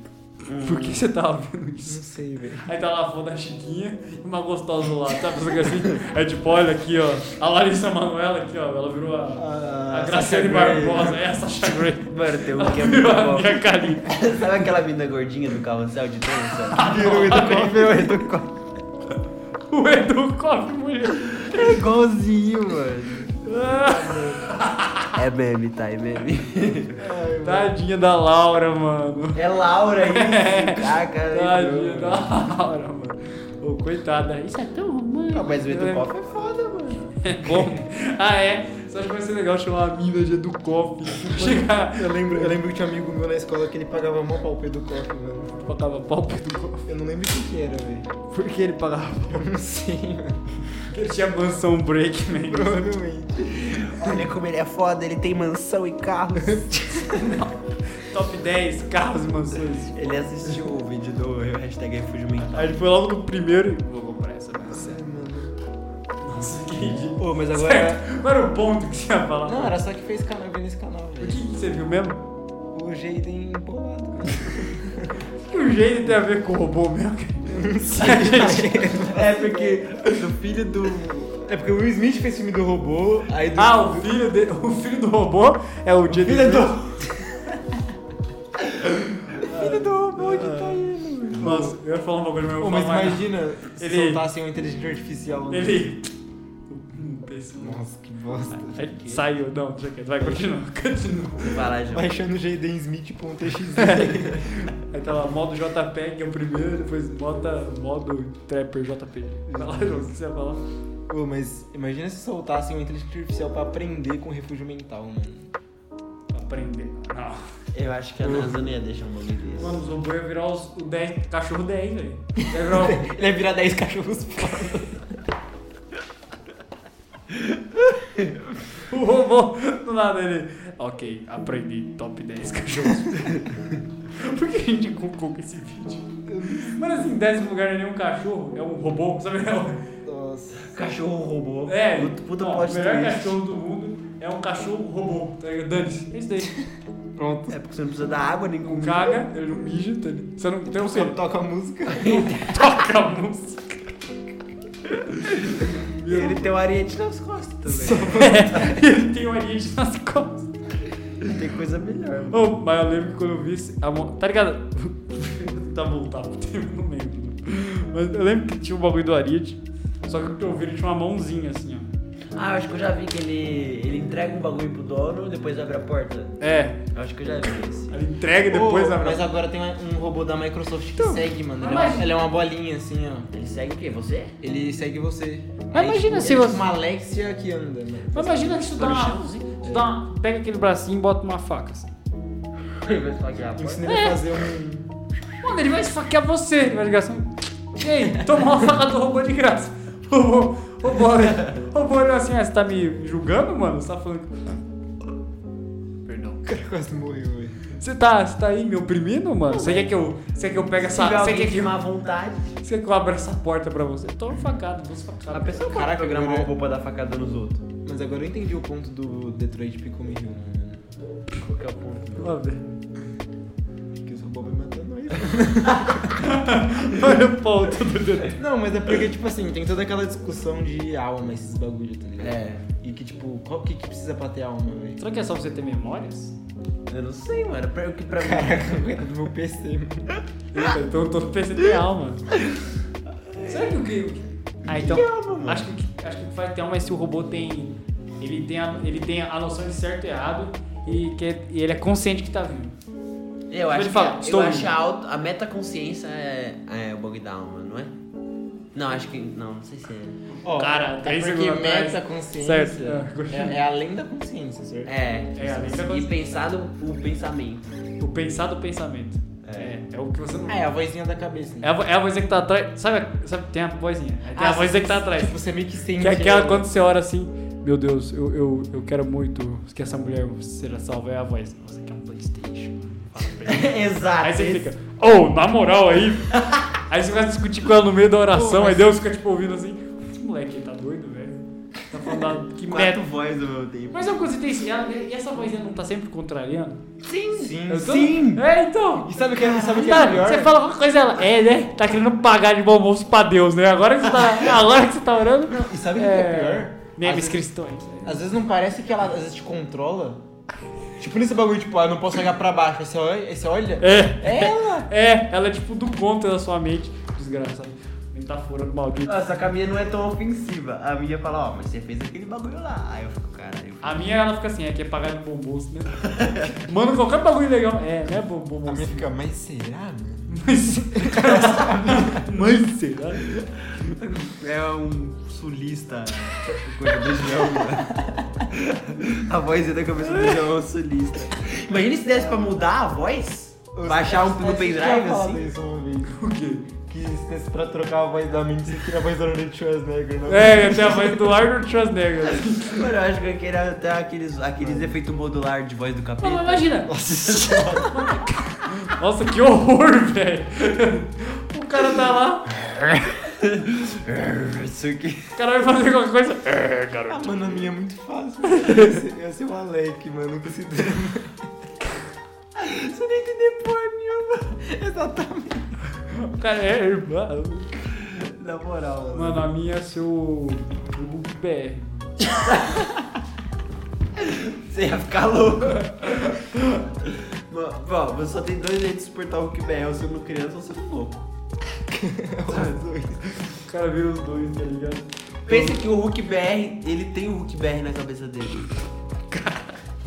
A: Por que você tava vendo
C: Não
A: isso?
C: sei, velho.
A: Aí tá lá a foda da Chiquinha e uma gostosa lá, sabe? Só que assim, é tipo, olha aqui, ó. A Larissa Manoela aqui, ó. Ela virou a,
C: Ah,
B: Ah,
A: a, Graciane Barbosa, é a Sasha Grey.
B: Mano, tem
A: Ela
B: um que é muito
A: virou a
B: bom.
A: Mia Khalifa.
B: Sabe aquela menina gordinha do carrossel de dança?
C: Virou e do copo.
A: O Edu Coffee, mulher.
B: É igualzinho, mano.
A: Ah,
B: É meme, tá? É meme.
A: Tadinha da Laura, mano.
B: É Laura isso. Ah, cara.
A: Tadinha da Laura, mano. Ô, coitada. Isso é tão romântico.
B: Ah, mas o
A: Eu
B: Edu
A: lembro-
B: Pop é foda, mano.
A: É bom. Ah, é? Só acho que vai ser legal chamar a mina de Edu Coffee. Chegar.
C: Eu lembro, eu lembro que tinha um amigo meu na escola que ele pagava mó pau pro Edu Coffee, mano.
A: Botava pau pro Edu Coffee.
C: Eu não lembro o que era, velho.
A: Por que ele pagava
C: Eu não sei, mano.
A: Ele tinha mansão break, man.
C: Provavelmente.
B: Olha como ele é foda, ele tem mansão e carros.
A: Top 10 carros e mansões.
B: ele assistiu o vídeo do hashtag Refúgio Mental.
A: Aí ele foi logo no primeiro e. Vou comprar essa mansão.
C: Sério, mano.
A: Nossa, que ridículo.
C: Pô, mas agora.
A: Certo. Qual era o ponto que você ia falar?
C: Não, era só que fez canal, eu vi nesse canal,
A: O
C: velho.
A: que que você viu mesmo?
C: O Jaden bolado.
A: Que o jeito tem a ver com o robô mesmo?
C: é porque do filho do. É porque o Will Smith fez filme do robô, aí do.
A: Ah, o filho, de- o filho do robô é o Jaden
C: filho do-
A: filho do robô que tá indo. Nossa, eu ia falar uma coisa, mas eu
C: Pô,
A: vou
C: mas
A: falar mais nada.
C: imagina se
A: Ele-
C: soltassem uma inteligência artificial. né?
A: Ele... Hum, péssimo.
C: Nossa, É que bosta.
A: Aí Saiu, não, deixa quieto. Vai, continua, continua.
B: Vai lá, João.
C: Baixando o Jaden Smith.exe.
A: Aí tá lá, modo JPEG é o primeiro, depois bota modo Trapper JPG. Vai lá, João, o que você ia falar?
C: Pô, mas imagina se soltassem uma inteligência artificial pra aprender com refúgio mental, mano.
A: Aprender. Não.
B: Eu acho que a NASA não ia deixar um bagulho desse.
A: Mano, os robôs iam virar os, o 10, cachorro 10, velho. Ia virar o-
C: Ele ia virar 10 cachorros foda.
A: O robô, do nada ele. Ok, aprendi top 10 cachorros. Por que a gente concluiu com esse vídeo? Mas assim, em décimo lugar não é nenhum cachorro, é um robô, sabe? É, um-
C: Nossa.
B: Cachorro robô.
A: é
B: Puta- Puta
A: ó, o
B: plot
A: melhor
B: twist.
A: cachorro do mundo é um cachorro robô, tá ligado? Dane-se, é isso daí.
C: Pronto.
B: É porque você não precisa da água nem
A: Não
B: comida.
A: caga, ele não mija, tá ligado? Você não, então, ou seja,
C: Quando toca a música.
A: toca a música.
B: Ele tem o ariete nas costas também.
A: É, ele tem o ariete nas costas.
B: tem coisa melhor. mano.
A: Ô, mas eu lembro que quando eu vi esse- a mo- Tá ligado? tá voltado pro tempo, não lembro. um Mas eu lembro que tinha um bagulho do Ariete, só que o que eu vi ele tinha uma mãozinha assim, ó.
E: Ah, eu acho que eu já vi que ele, ele entrega um bagulho pro dono, depois abre a porta.
A: É,
E: Eu acho que eu já vi esse.
A: ela entrega e depois
B: Ô,
A: abre.
B: Mas agora tem um robô da Microsoft que
C: Então.
B: segue, mano. Ele, é
A: Ah, mas-
B: uma, ele é uma bolinha assim, ó.
E: Ele segue o quê? Você?
C: Ele segue você.
A: Mas
B: Aí,
A: Ah, imagina
B: tipo,
A: se
B: ele é
A: você-
B: tipo uma Alexa.
C: Tia que anda, né?
A: Mas imagina que tu dá uma, tu dá uma- Pega aquele bracinho e bota uma faca assim.
E: Ele vai só guiar a porta.
F: Ensina ele
A: É.
F: a fazer um.
A: Mano, ele vai esfaquear você. Ele vai ligar assim. Ei, tomou uma faca do robô de graça. O robô, o robô, o robô olhou assim, ah, você tá me julgando, mano? Você tá falando. Perdão.
F: O cara quase morreu, velho.
A: Você tá, você tá aí me oprimindo, mano? Você quer que eu. Você quer que eu pegue
B: Se
A: essa.
B: tiver
A: Você
B: alguém
A: quer que
B: de
A: eu.
B: má vontade. tá?
A: Você quer que eu abra essa porta pra você? Toma facada, duas facadas.
B: A pessoa
C: é
B: Caraca, gramar um
C: Agora-
B: robô pra dar facada nos outros.
C: Mas agora eu entendi o ponto do Detroit Become Human, né?
B: Qual que é o ponto?
A: Ó, velho.
C: Que os robôs vão matar é nós.
A: Olha o ponto do dedo.
C: Não, mas é porque, tipo assim, tem toda aquela discussão de alma, esses bagulho, tá ligado?
A: É.
C: E que, tipo, qual que, que precisa pra ter alma, velho?
A: Será que é só você ter memórias?
B: Eu não sei, mano. É Pra, o que pra mim. é.
C: Coitado do meu PC, mano.
A: Eita, então todo PC tem alma. Será que o que. Ah, então. Acho que o que- acho que o que vai ter alma é se o robô tem. Ele tem a, ele tem a noção de certo e errado e, que é- e ele é consciente que tá vivo.
B: Eu
A: Deixa eu
B: acho,
A: falar,
B: que, é,
A: estou
B: eu acho
A: indo.
B: a, auto, a metaconsciência é, é o bug da alma, não é? Não, acho que. Não, não sei se é.
C: Ó,
A: Cara,
C: é
A: três
C: porque
A: segundos atrás.
C: metaconsciência
A: Certo, é, continua.
C: é, é além da consciência, certo?
B: É, tipo,
A: É, além da
B: e
A: consciência.
B: pensar no- o pensamento.
C: É.
A: O pensar do pensamento. É. É, o que você não.
C: Ah, é a vozinha da cabeça. né?
A: É a, vo- é a vozinha que tá atrás. Sabe, a- sabe tem a vozinha? Aí Tem a
C: Ah,
A: vozinha que tá atrás.
C: Tipo, você meio que sente.
A: Que é aquela
B: né?
C: ela.
A: quando você ora assim, meu Deus, eu, eu, eu quero muito que essa mulher seja salva, é a voz. Você quer um Playstation? Fala pra ele.
B: Exato.
A: Aí você fica, ô, na moral aí. aí você vai discutir com ela no meio da oração, aí Deus fica tipo ouvindo assim, esse moleque ele tá doido, velho. Tá falando da- que
B: Quatro
A: meta.
B: vozes ao mesmo tempo.
A: Mas é uma coisa que tem assim, ela- e essa vozinha não tá sempre contrariando?
B: Sim, sim.
A: Eu tô- É, então.
C: E sabe o que é, sabe o que é
A: Tá,
C: melhor?
A: você fala alguma coisa ela, é, né? Tá querendo pagar de bom moço pra Deus, né? Agora que você tá, agora que você tá orando.
C: E sabe o que é pior?
A: Memes né?
C: Às vezes-
A: cristãos.
C: Às vezes não parece que ela às vezes te controla. Tipo, nesse bagulho, tipo, ah, eu não posso olhar pra baixo. Aí você olha. aí você olha
A: É.
C: É ela!
A: É, ela é tipo do contra da sua mente. Desgraçado. tá Metaforando maldito.
B: Nossa, só que a minha não é tão ofensiva. A minha fala, ó, mas você fez aquele bagulho lá. Aí eu fico, cara, eu fico.
A: A minha, ela fica assim, é que é pagar de bom bolso, né? Manda qualquer bagulho legal. É, né, bom, bom
C: A
A: bolso.
C: minha fica, mas será, mano?
A: Mas, mas será?
B: É um sulista. Coisa do João, mano. né? A voz da cabeça do João é um sulista. Imagina se desse pra mudar a voz? Baixar um no pendrive assim?
C: Isso uma vez.
A: O quê?
C: Que se desse pra trocar a voz da mente, você tira a voz do Arnold Schwarzenegger, né? não?
A: É, tem a voz do Arnold Schwarzenegger.
B: Mano, eu acho que eu queria até aqueles, aqueles efeitos modular de voz do
A: Não, mas
B: capeta.
A: imagina. Nossa, que horror, velho. O cara tá lá,
B: Isso aqui.
A: o cara vai fazer qualquer coisa. É,
C: Ah,
A: garoto.
C: mano, a minha é muito fácil. Eu ser, ia ser o Alec, mano, não consigo.
B: Você nem entender porra nenhuma.
A: O cara é irmão.
B: Na moral, mano.
A: Mano, a minha é seu. O Book BR.
B: Você ia ficar louco. Mano, Bom, você só tem dois jeitos de suportar o que é, ou sendo criança ou sendo louco.
A: O cara vira os dois, tá ligado?
B: Pensa que o Hulk BR, ele tem o Hulk BR na cabeça dele.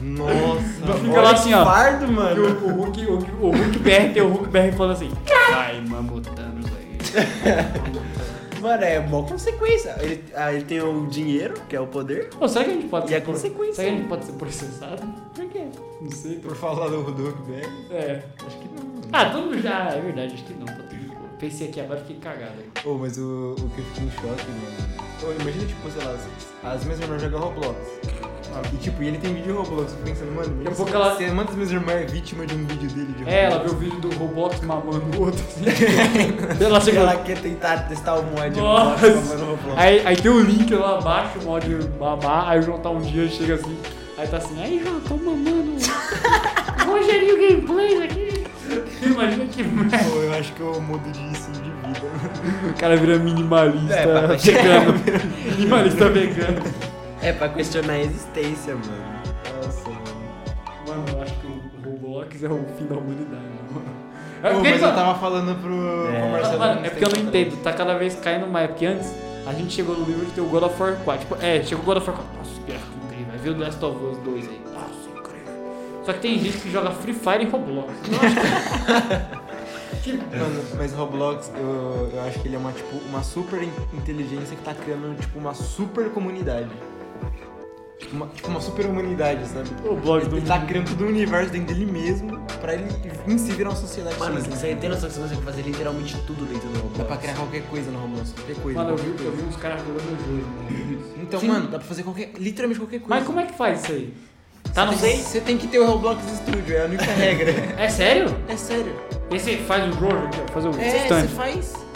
C: Nossa,
A: Fica
C: olha
A: lá assim, ó.
C: o fardo,
A: E
C: mano.
A: o, o Hulk, o, Hulk- o Hulk BR tem o Hulk BR falando assim. Ai, mamutanos aí.
B: Mano, é uma consequência. Ele, ah, ele tem o dinheiro, que é o poder.
A: Pô, será que a gente pode
B: E
A: ser
B: a
A: pro-
B: consequência,
A: Será que a gente pode ser processado? né? Por quê? Não sei.
C: Por falar do Rodolfo Berg.
A: É. Acho que não. Ah, todo mundo já. É verdade, acho que não. Tá tudo de boa. Pensei aqui agora, fiquei cagado.
C: Ô, mas o, o que eu fiquei em choque, mano. Ô, imagina, tipo, sei lá, as, as minhas irmãs jogam Roblox. E tipo, e ele tem vídeo de Roblox, eu fico pensando, mano,
A: Daqui a
C: imagina
A: pouco
C: se,
A: ela-
C: se uma das minhas irmãs é vítima de um vídeo dele de
A: É, ela
C: Roblox.
A: viu o vídeo do Roblox mamando o outro assim. ela chegou
B: Ela quer tentar testar o mod.
A: Nossa.
B: o
C: um
B: mod, o mod.
A: Aí, aí tem o link lá abaixo, o mod mamar, aí o João tá um dia chega assim, aí tá assim, aí João, tô mamando. Rogerinho Gameplays aqui. Imagina que merda.
C: Pô, eu acho que eu mudo de sim de vida.
A: O cara vira minimalista
B: É, papai.
A: vegano. minimalista vegano.
B: É pra questionar a existência, mano.
C: Nossa, mano.
A: Mano, eu acho que o Roblox é o fim da humanidade, né, mano. É
C: Ô,
A: porque
C: mas
A: eles-
C: eu tava falando pro, pro
B: É.
C: Marcelo.
A: Mano,
C: uns
A: é porque eu não
C: tempos
A: entendo, tá cada vez caindo mais. Porque antes A gente chegou no nível de ter o God of War 4. Tipo, é, chegou o God of War 4. Nossa, que gráfico incrível. Aí veio o The Last of Us 2 aí. Nossa, incrível. Só que tem gente que joga Free Fire e Roblox.
C: Mano, mas Roblox, eu, eu acho que ele é uma, tipo, uma super in- inteligência que tá criando, tipo, uma super comunidade. Tipo, Uma, tipo, uma super humanidade, sabe?
A: O blog do
C: Ele tá criando todo o universo dentro dele mesmo pra ele em si virar uma sociedade
B: Mano,
C: sozinho.
B: você tem noção que você consegue fazer literalmente tudo dentro do robô.
C: Dá pra criar qualquer coisa no Roblox, qualquer coisa.
A: Mano, eu
C: qualquer
A: vi, eu
C: coisa.
A: vi uns caras jogando o jogo. né?
C: Então,
B: Sim.
C: mano, dá pra fazer qualquer, literalmente qualquer coisa.
A: Mas como é que faz isso aí? Tá no
C: Você-
A: sei?
C: Você tem que ter o Roblox Studio, é a única regra.
A: É sério?
C: É sério.
A: Esse faz o Rover aqui, ó. Faz o
C: É, você
A: stand.
C: faz.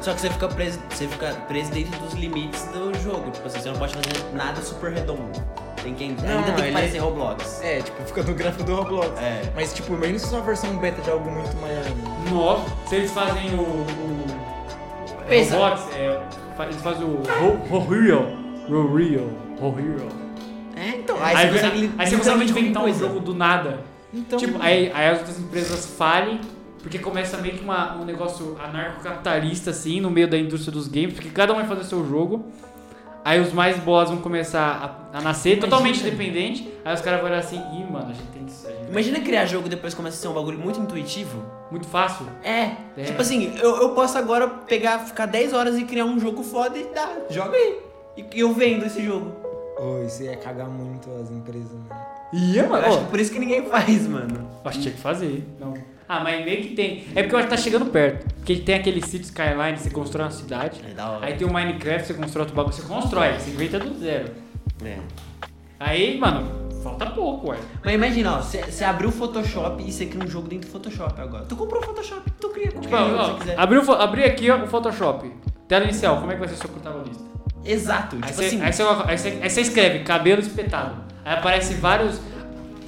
B: Só que você fica preso, você fica preso dentro dos limites do jogo. Tipo assim, você não pode fazer nada super redondo. Tem que ainda
C: Não,
B: tem que
C: ele-
B: parecer Roblox.
C: É, tipo, fica no gráfico do Roblox.
B: É.
C: Mas, tipo, imagina se isso é uma versão beta de algo muito maior. né?
A: Nossa, se eles fazem o. o
B: Pensa.
A: Roblox, é, fa- eles fazem o. Ro- Rorio. Rorio. Rorio.
C: É, então.
B: Aí você
A: vem-
B: consegue li-
A: aí você consegue
B: literalmente
A: inventar um
B: qualquer coisa. hum.
A: jogo do nada.
C: Então,
A: tipo, aí, aí as outras empresas falem, porque começa meio que uma- um negócio anarcocapitalista, assim, no meio da indústria dos games, porque cada um vai fazer seu jogo. Aí os mais bolas vão começar a, a nascer, totalmente independente. Aí os caras vão olhar assim, ih, mano, a gente tem isso. a gente-
B: Imagina criar jogo e depois começa a ser um bagulho muito intuitivo.
A: Muito fácil.
B: É.
A: É.
B: Tipo assim, eu, eu posso agora pegar, ficar 10 horas e criar um jogo foda e dá. Joga aí. E e eu vendo esse jogo.
C: Ô, isso ia cagar muito as empresas, né?
A: Ia,
B: Eu acho que por isso que ninguém faz, mano.
A: Acho que tinha que fazer. Não. Ah, mas meio que tem. É porque eu acho que tá chegando perto. Porque tem aquele City Skyline, você constrói uma cidade.
B: É da hora.
A: Aí tem o Minecraft, você constrói outro bagulho, você constrói, você inventa do zero.
B: É.
A: Aí, mano, falta pouco, ué.
B: Mas imagina, ó, você abriu o Photoshop e você cria um jogo dentro do Photoshop agora. Tu comprou o Photoshop, tu cria qualquer
A: Tipo,
B: jogo que
A: ó,
B: você É, quiser.
A: abri, o fo- abri aqui ó, o Photoshop. Tela inicial, como é que vai ser seu protagonista?
B: Exato,
A: Aí
B: tipo
A: você
B: assim.
A: aí você coloca- aí você- aí você escreve cabelo espetado. Aí aparece vários.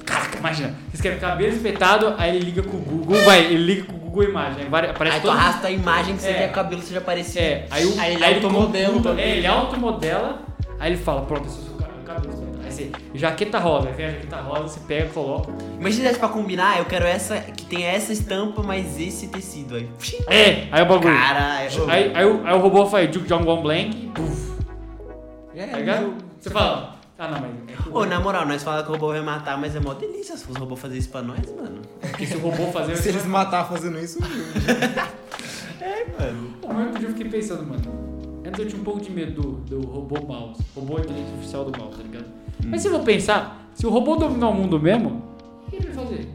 A: Caraca, imagina. Você escreve cabelo espetado, aí ele liga com o Google. Vai, ele liga com o Google Imagem. Aí vari- aparece
B: Aí tu
A: todo
B: arrasta a imagem que você
A: É.
B: quer que o cabelo seja parecido.
A: É, aí, o,
B: Aí ele um
A: automodela. é, ele automodela, aí ele fala, pronto, esse é o seu ca- cabelo. espetado. Aí você, tá jaqueta rosa, aí vem a jaqueta rosa, você pega, coloca.
B: Imagina se desse pra combinar, eu quero essa que tenha essa estampa, mas esse tecido aí.
A: É, aí o bagulho.
B: Caralho.
A: Aí, aí, o- aí o robô faz Duke John One Blank, puf,
C: Já
A: tá
C: era. né?
A: ligado? Você fala, ah não, mas é que o
B: Ô,
A: robô-
B: na moral, nós falamos que o robô vai matar, mas é mó delícia se os robôs fazerem isso pra nós, mano.
A: porque se o robô fazer...
C: Se eles matar fazendo isso,
A: Pô, mas outro dia eu fiquei pensando, mano, antes eu tinha um pouco de medo do, do robô mal, robô inteligente artificial do mal, tá ligado? Mas se eu vou pensar, se o robô dominar o mundo mesmo, o que ele vai fazer?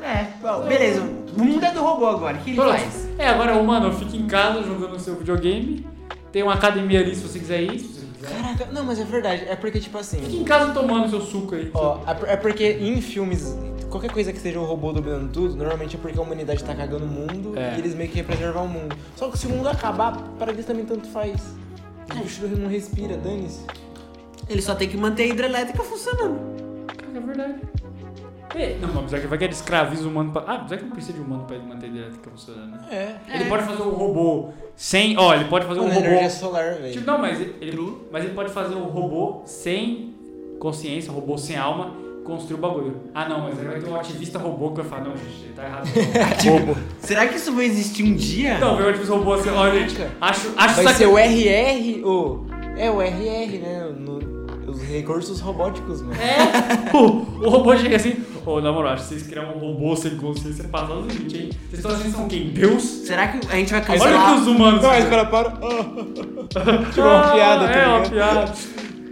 B: É, bom, beleza. O mundo é do robô agora, o que ele
A: Pronto.
B: faz?
A: É, agora o mano fica em casa jogando seu videogame. Tem uma academia ali se você quiser ir. Se você quiser.
C: Caraca, não, mas é verdade. É porque, tipo
A: Fica
C: assim.
A: em casa tomando seu suco aí.
C: Ó, é por- é porque em filmes, qualquer coisa que seja o robô dominando tudo, normalmente é porque a humanidade tá cagando o mundo
A: É.
C: e eles meio que querem preservar o mundo. Só que se o mundo acabar, para eles também tanto faz. O bicho não respira, dane-se.
B: Ele só tem que manter a hidrelétrica funcionando.
A: É verdade. É, não, mas apesar que vai que ele escraviza o humano pra. Ah, apesar que não precisa de humano pra ele manter direto que funcionando, né?
C: É.
A: Ele pode fazer um robô sem. Ó, ele pode fazer um
C: Mano,
A: robô.
C: energia solar, velho.
A: Tipo, não, mas ele, mas ele pode fazer um robô sem consciência, um robô sem alma, construir o bagulho. Ah, não, mas aí vai ter um ativista robô que vai falar: não, gente, tá errado.
C: Tipo,
A: robô.
B: Será que isso vai existir um dia?
A: Não, meu ativista robô assim, ó, gente. Acho, acho
C: Vai
A: saca-
C: ser o RR, o... É o RR, né? no- os recursos robóticos, mano.
A: É. O, o robô chega assim, ô, na moral, acho que vocês criaram um robô sem consciência passado do limite, hein? Vocês estão achando que são quem? Deus?
B: Será que a gente vai
A: Olha o
B: cancelar?
A: que os humanos.
C: é Não, mas o cara para... Tirou uma
A: Ah,
C: piada, tá
A: É, uma
C: ligado?
A: piada.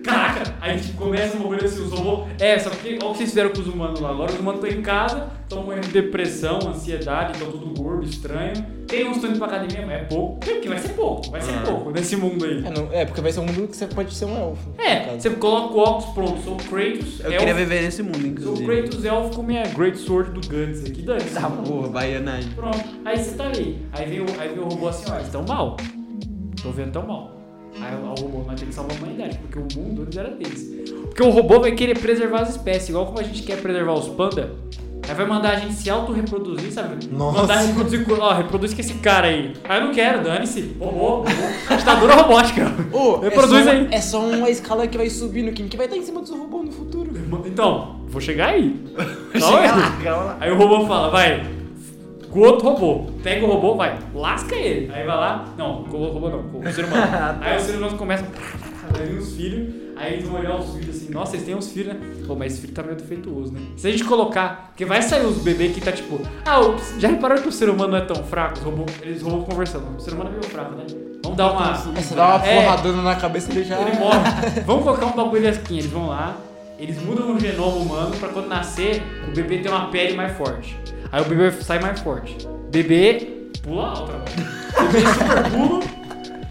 A: Caraca, aí a gente começa o bagulho assim, os robôs. É, só que olha o que vocês fizeram com os humanos lá. Agora os humanos estão em casa, estão morrendo de depressão, ansiedade, estão tudo gordo, estranho. Tem uns que estão indo pra academia, mas é pouco. Porque vai ser pouco, vai ser
C: Ah.
A: pouco nesse mundo aí.
C: É, não- é, porque vai ser um mundo que você pode ser um elfo. no
A: É,
C: caso.
A: você coloca o óculos, pronto, sou o Kratos.
B: Eu
A: elfo.
B: queria viver nesse mundo,
A: Sou o
B: inclusive.
A: Kratos elfo com minha Great Sword do Guts aqui, dane
B: Tá porra, baianagem.
A: Pronto. Aí você tá ali. Aí vem o, aí vem o robô assim, ó, eles tão mal. Tô vendo tão mal. Aí o, o robô, nós temos que salvar a humanidade, porque o mundo antes era deles. Porque o robô vai querer preservar as espécies, igual como a gente quer preservar os panda. Aí vai mandar a gente se auto-reproduzir, sabe?
C: Nossa.
A: Mandar reproduzir, com- ó, reproduz com esse cara aí. Ah, eu não quero, dane-se. Robô, robô. Ditadura robótica.
C: Ô,
A: Reproduz
C: é só,
A: aí.
C: É só uma escala que vai subindo, Kim, que vai estar em cima dos robôs no futuro.
A: Então, vou chegar aí. Calma
B: Chega
A: aí.
B: lá, calma lá.
A: Aí o robô fala, vai, Goto robô. Pega o robô, vai, lasca ele. Aí vai lá, não, com o robô não, com o ser humano.
B: Ah, tá.
A: aí o ser humano começa, aí vem os filhos, aí eles vão olhar os filhos assim, nossa, vocês têm uns filhos, né? Pô, mas esse filho tá meio defeituoso, né? Se a gente colocar, porque vai sair os bebês que tá tipo, ah, ups, já repararam que o ser humano não é tão fraco? Os robô, eles robô conversando, o ser humano é meio fraco, né? Vamos dar
B: um
A: uma...
D: Você dá uma
A: É,
D: forradona na cabeça e ele já.
A: ele
B: Ah.
A: morre. Vamos colocar um bagulho assim, eles vão lá, eles mudam o genoma humano pra quando nascer, o bebê ter uma pele mais forte. Aí o bebê sai mais forte. Bebê pula alto agora. Bebê é super pulo,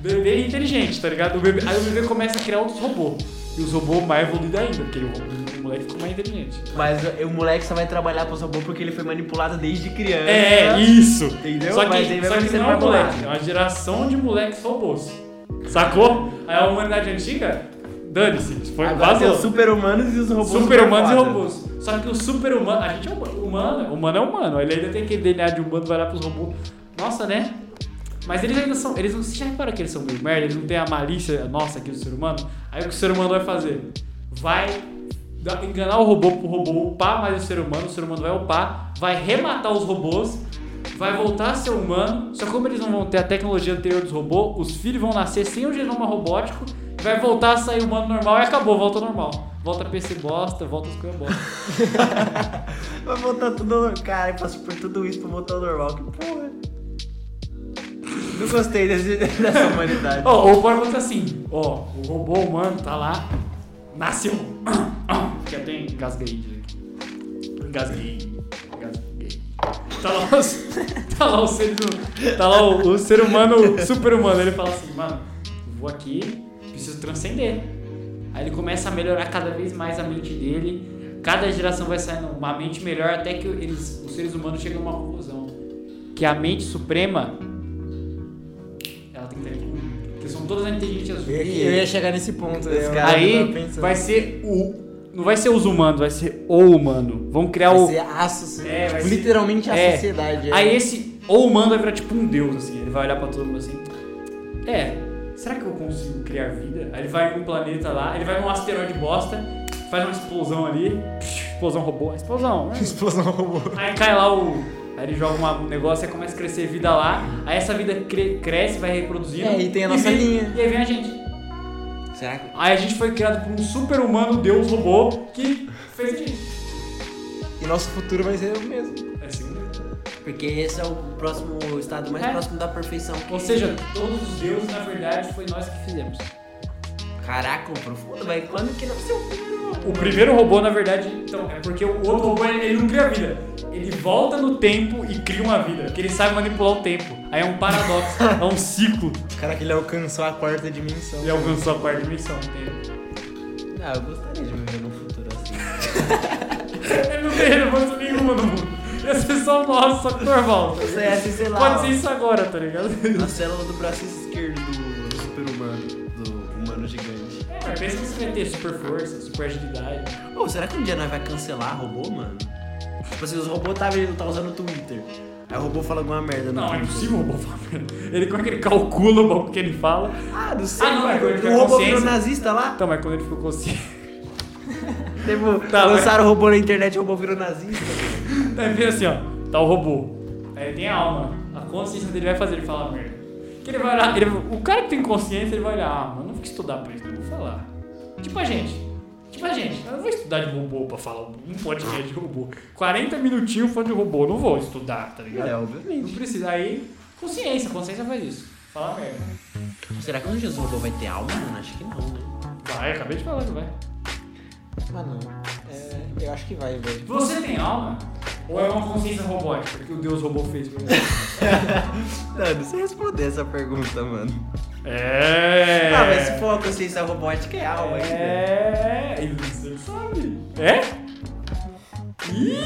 A: bebê inteligente, tá ligado? O bebê- aí o bebê começa a criar outros robôs. E os robôs mais evoluídos ainda, porque o, robô- o moleque ficou mais inteligente.
B: Mas o moleque só vai trabalhar pro robô porque ele foi manipulado desde criança.
A: É, isso.
B: Entendeu?
A: Só que,
B: Mas aí vai
A: só que
B: ser
A: não é
B: mais
A: moleque,
B: moleque.
A: é uma geração de moleques robôs. Sacou? Aí a humanidade antiga, dane-se, foi
B: Agora tem
A: vazou.
B: os super-humanos e os robôs.
A: Super-humanos e
B: foda.
A: robôs. Só que o super-humano, a gente é humano, né? humano, humano é humano. Ele ainda tem aquele DNA de humano, vai lá pros robôs. Nossa, né? Mas eles ainda são, eles não se já reparam que eles são meio merda, eles não têm a malícia nossa aqui do ser humano. Aí o que o ser humano vai fazer? Vai dar- enganar o robô pro robô upar mais o ser humano, o ser humano vai upar, vai rematar os robôs, vai voltar a ser humano. Só que como eles não vão ter a tecnologia anterior dos robôs, os filhos vão nascer sem o genoma robótico, vai voltar a sair humano normal e acabou, volta ao normal. Volta PC bosta, volta as coisas bosta.
B: Vai voltar tudo ao Cara, eu passo por tudo isso pra voltar ao normal. Que porra. Não gostei desse- dessa humanidade.
A: Ó, ou pode acontecer assim, ó, o robô humano tá lá, nasceu. Que até engasguei. de- Engasguei. Engasguei. Tá lá, os, tá lá o ser do- Tá lá o, o ser humano, o super humano. Ele fala assim, mano, vou aqui, preciso transcender. Aí ele começa a melhorar cada vez mais a mente dele. Cada geração vai saindo uma mente melhor até que eles, os seres humanos chegam a uma conclusão. Que a mente suprema ela tem que estar aqui. Porque são todas as inteligências
D: Eu
A: vivas.
D: ia- eu ia chegar nesse ponto.
B: Esse
D: eu- é,
B: cara
D: eu
A: Aí
D: tava pensando. assim.
A: vai ser o. Não vai ser os humanos, vai ser o humano. Vão criar
D: Vai
A: o.
D: ser a sociedade.
A: É, vai ser-
D: literalmente
A: É.
D: a sociedade. é.
A: Aí esse ou humano vai virar tipo um deus, assim. Ele vai olhar pra todo mundo assim. É, será que eu consigo criar vida? Aí ele vai num planeta lá, ele vai num asteroide bosta, faz uma explosão ali. Explosão robô, explosão. né?
D: Explosão robô.
A: Aí cai lá o. Aí ele joga uma- um negócio e começa a crescer vida lá. Aí essa vida cre- cresce, vai reproduzindo.
D: É, e tem a nossa
A: vem-
D: linha.
A: E aí vem a gente.
G: Será que.
A: Aí a gente foi criado por um super humano deus robô que fez a gente.
D: E nosso futuro vai ser o mesmo.
A: É assim, né?
G: Porque esse é o próximo o estado mais
A: É.
G: próximo da perfeição. que-
A: Ou seja, todos os deuses, na verdade, foi nós que fizemos.
G: Caraca, o profundo, mas quando que nasceu o primeiro?
A: O primeiro robô, na verdade, então, é porque o outro robô ele, ele não cria vida. Ele volta no tempo e cria uma vida. Porque ele sabe manipular o tempo. Aí é um paradoxo, é um ciclo.
D: Caraca, ele alcançou a quarta dimensão.
A: Ele alcançou a quarta dimensão. entende?
B: Ah, eu gostaria de viver num futuro
A: Ele
B: assim.
A: É, não tem relevância nenhuma no mundo. Ia ser só o nosso, só que normal. tá
B: Isso
A: ligado?
B: é assim, sei lá.
A: Pode
B: ó,
A: ser isso agora, tá ligado?
B: Na célula do braço esquerdo do, do super-humano. Do humano gigante.
A: É, mas pensa que você vai ter super força, super agilidade.
B: Ô, será que um dia nós vai cancelar robô, mano? Tipo assim, os robôs tá, tá usando o Twitter. Aí o robô fala alguma merda no
A: Não, é
B: Twitter.
A: impossível o robô falar. Ele, como é que ele calcula o bagulho que ele fala?
B: Ah, não sei.
A: Ah, não,
B: mano.
A: é quando tiver
B: o robô
A: consciência.
B: virou nazista lá.
A: Então, mas quando ele ficou consciente.
B: Tipo,
A: Tá,
B: lançaram o robô na internet, o robô virou nazista. tá
A: Aí vira assim, ó. Tá o robô. Aí ele tem a alma. A consciência dele vai fazer ele falar merda. Que ele vai olhar. ele- o cara que tem consciência, ele vai olhar. Ah, mano, não vou estudar pra isso, não vou falar. Tipo a gente. Tipo a gente. Eu não vou estudar de robô pra falar um podcast de robô. 40 minutinhos falando de robô. Não vou estudar, tá ligado?
B: É, obviamente.
A: Não precisa. Aí, consciência. Consciência faz isso. Falar merda.
B: Tipo,
G: Será que um dia o robô vai ter alma, mano? Acho que não, né?
A: Vai, acabei de falar que vai.
D: Ah, não. É, eu acho que vai, velho.
A: Você tem alma? Ou é uma consciência robótica que o Deus robô fez pra você?
B: Não, não sei responder essa pergunta, mano.
A: É.
B: Ah, mas se for uma consciência robótica, é alma ainda.
A: É. Você sabe. É?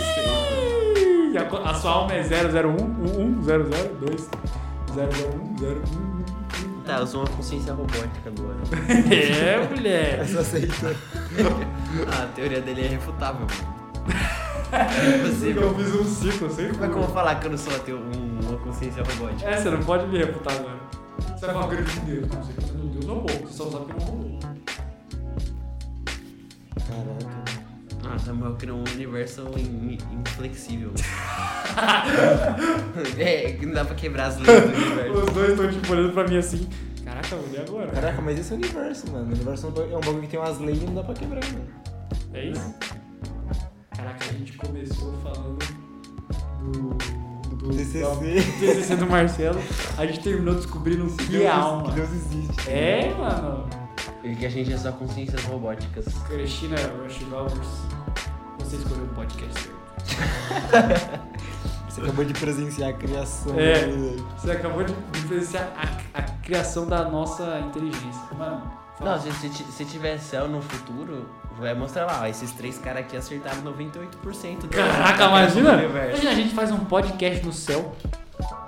A: Ih! A, co- a sua alma é 001, 11, 002, 001, 001.
B: Tá, eu sou uma consciência robótica agora.
A: É, mulher.
D: Essa aceitou.
B: Ah, a teoria dele é refutável, mano. É impossível.
A: Eu fiz um ciclo, sempre.
B: Mas como eu vou falar que eu não sou ateu, um- uma consciência robótica?
A: É, você não pode me refutar agora. Você é uma grande Deus, não sei, você não é um Deus robô, você só sabe que é um robô.
D: Caraca.
B: Ah, Samuel criou um universo in- inflexível. é, que não dá pra quebrar as leis do universo.
A: Os dois estão tipo olhando pra mim assim. Caraca, vou ler agora.
C: Caraca, mas esse é o universo, mano. O universo é um ba- é um bagulho que tem umas leis e não dá pra quebrar, mano.
A: É isso? Caraca, a gente começou falando do. do
H: TCC.
A: Do TCC é do Marcelo. A gente terminou descobrindo o
H: Que
A: que
H: Deus-
A: é alma.
H: Que Deus existe.
A: É, mano.
B: E que a gente é só consciências robóticas.
A: Cristina Rush Lovers, você escolheu o podcast certo.
C: Você acabou de presenciar a criação. né,
A: É.
C: da humanidade.
A: Você acabou de presenciar a, a criação da nossa inteligência. Mano,
B: Não,
A: fala.
B: se, se, ti- se tiver céu no futuro, vai mostrar lá, ó, esses três caras aqui acertaram 98% do
A: Caraca,
B: da criação
A: imagina!
B: do universo.
A: Imagina, a gente faz um podcast no céu.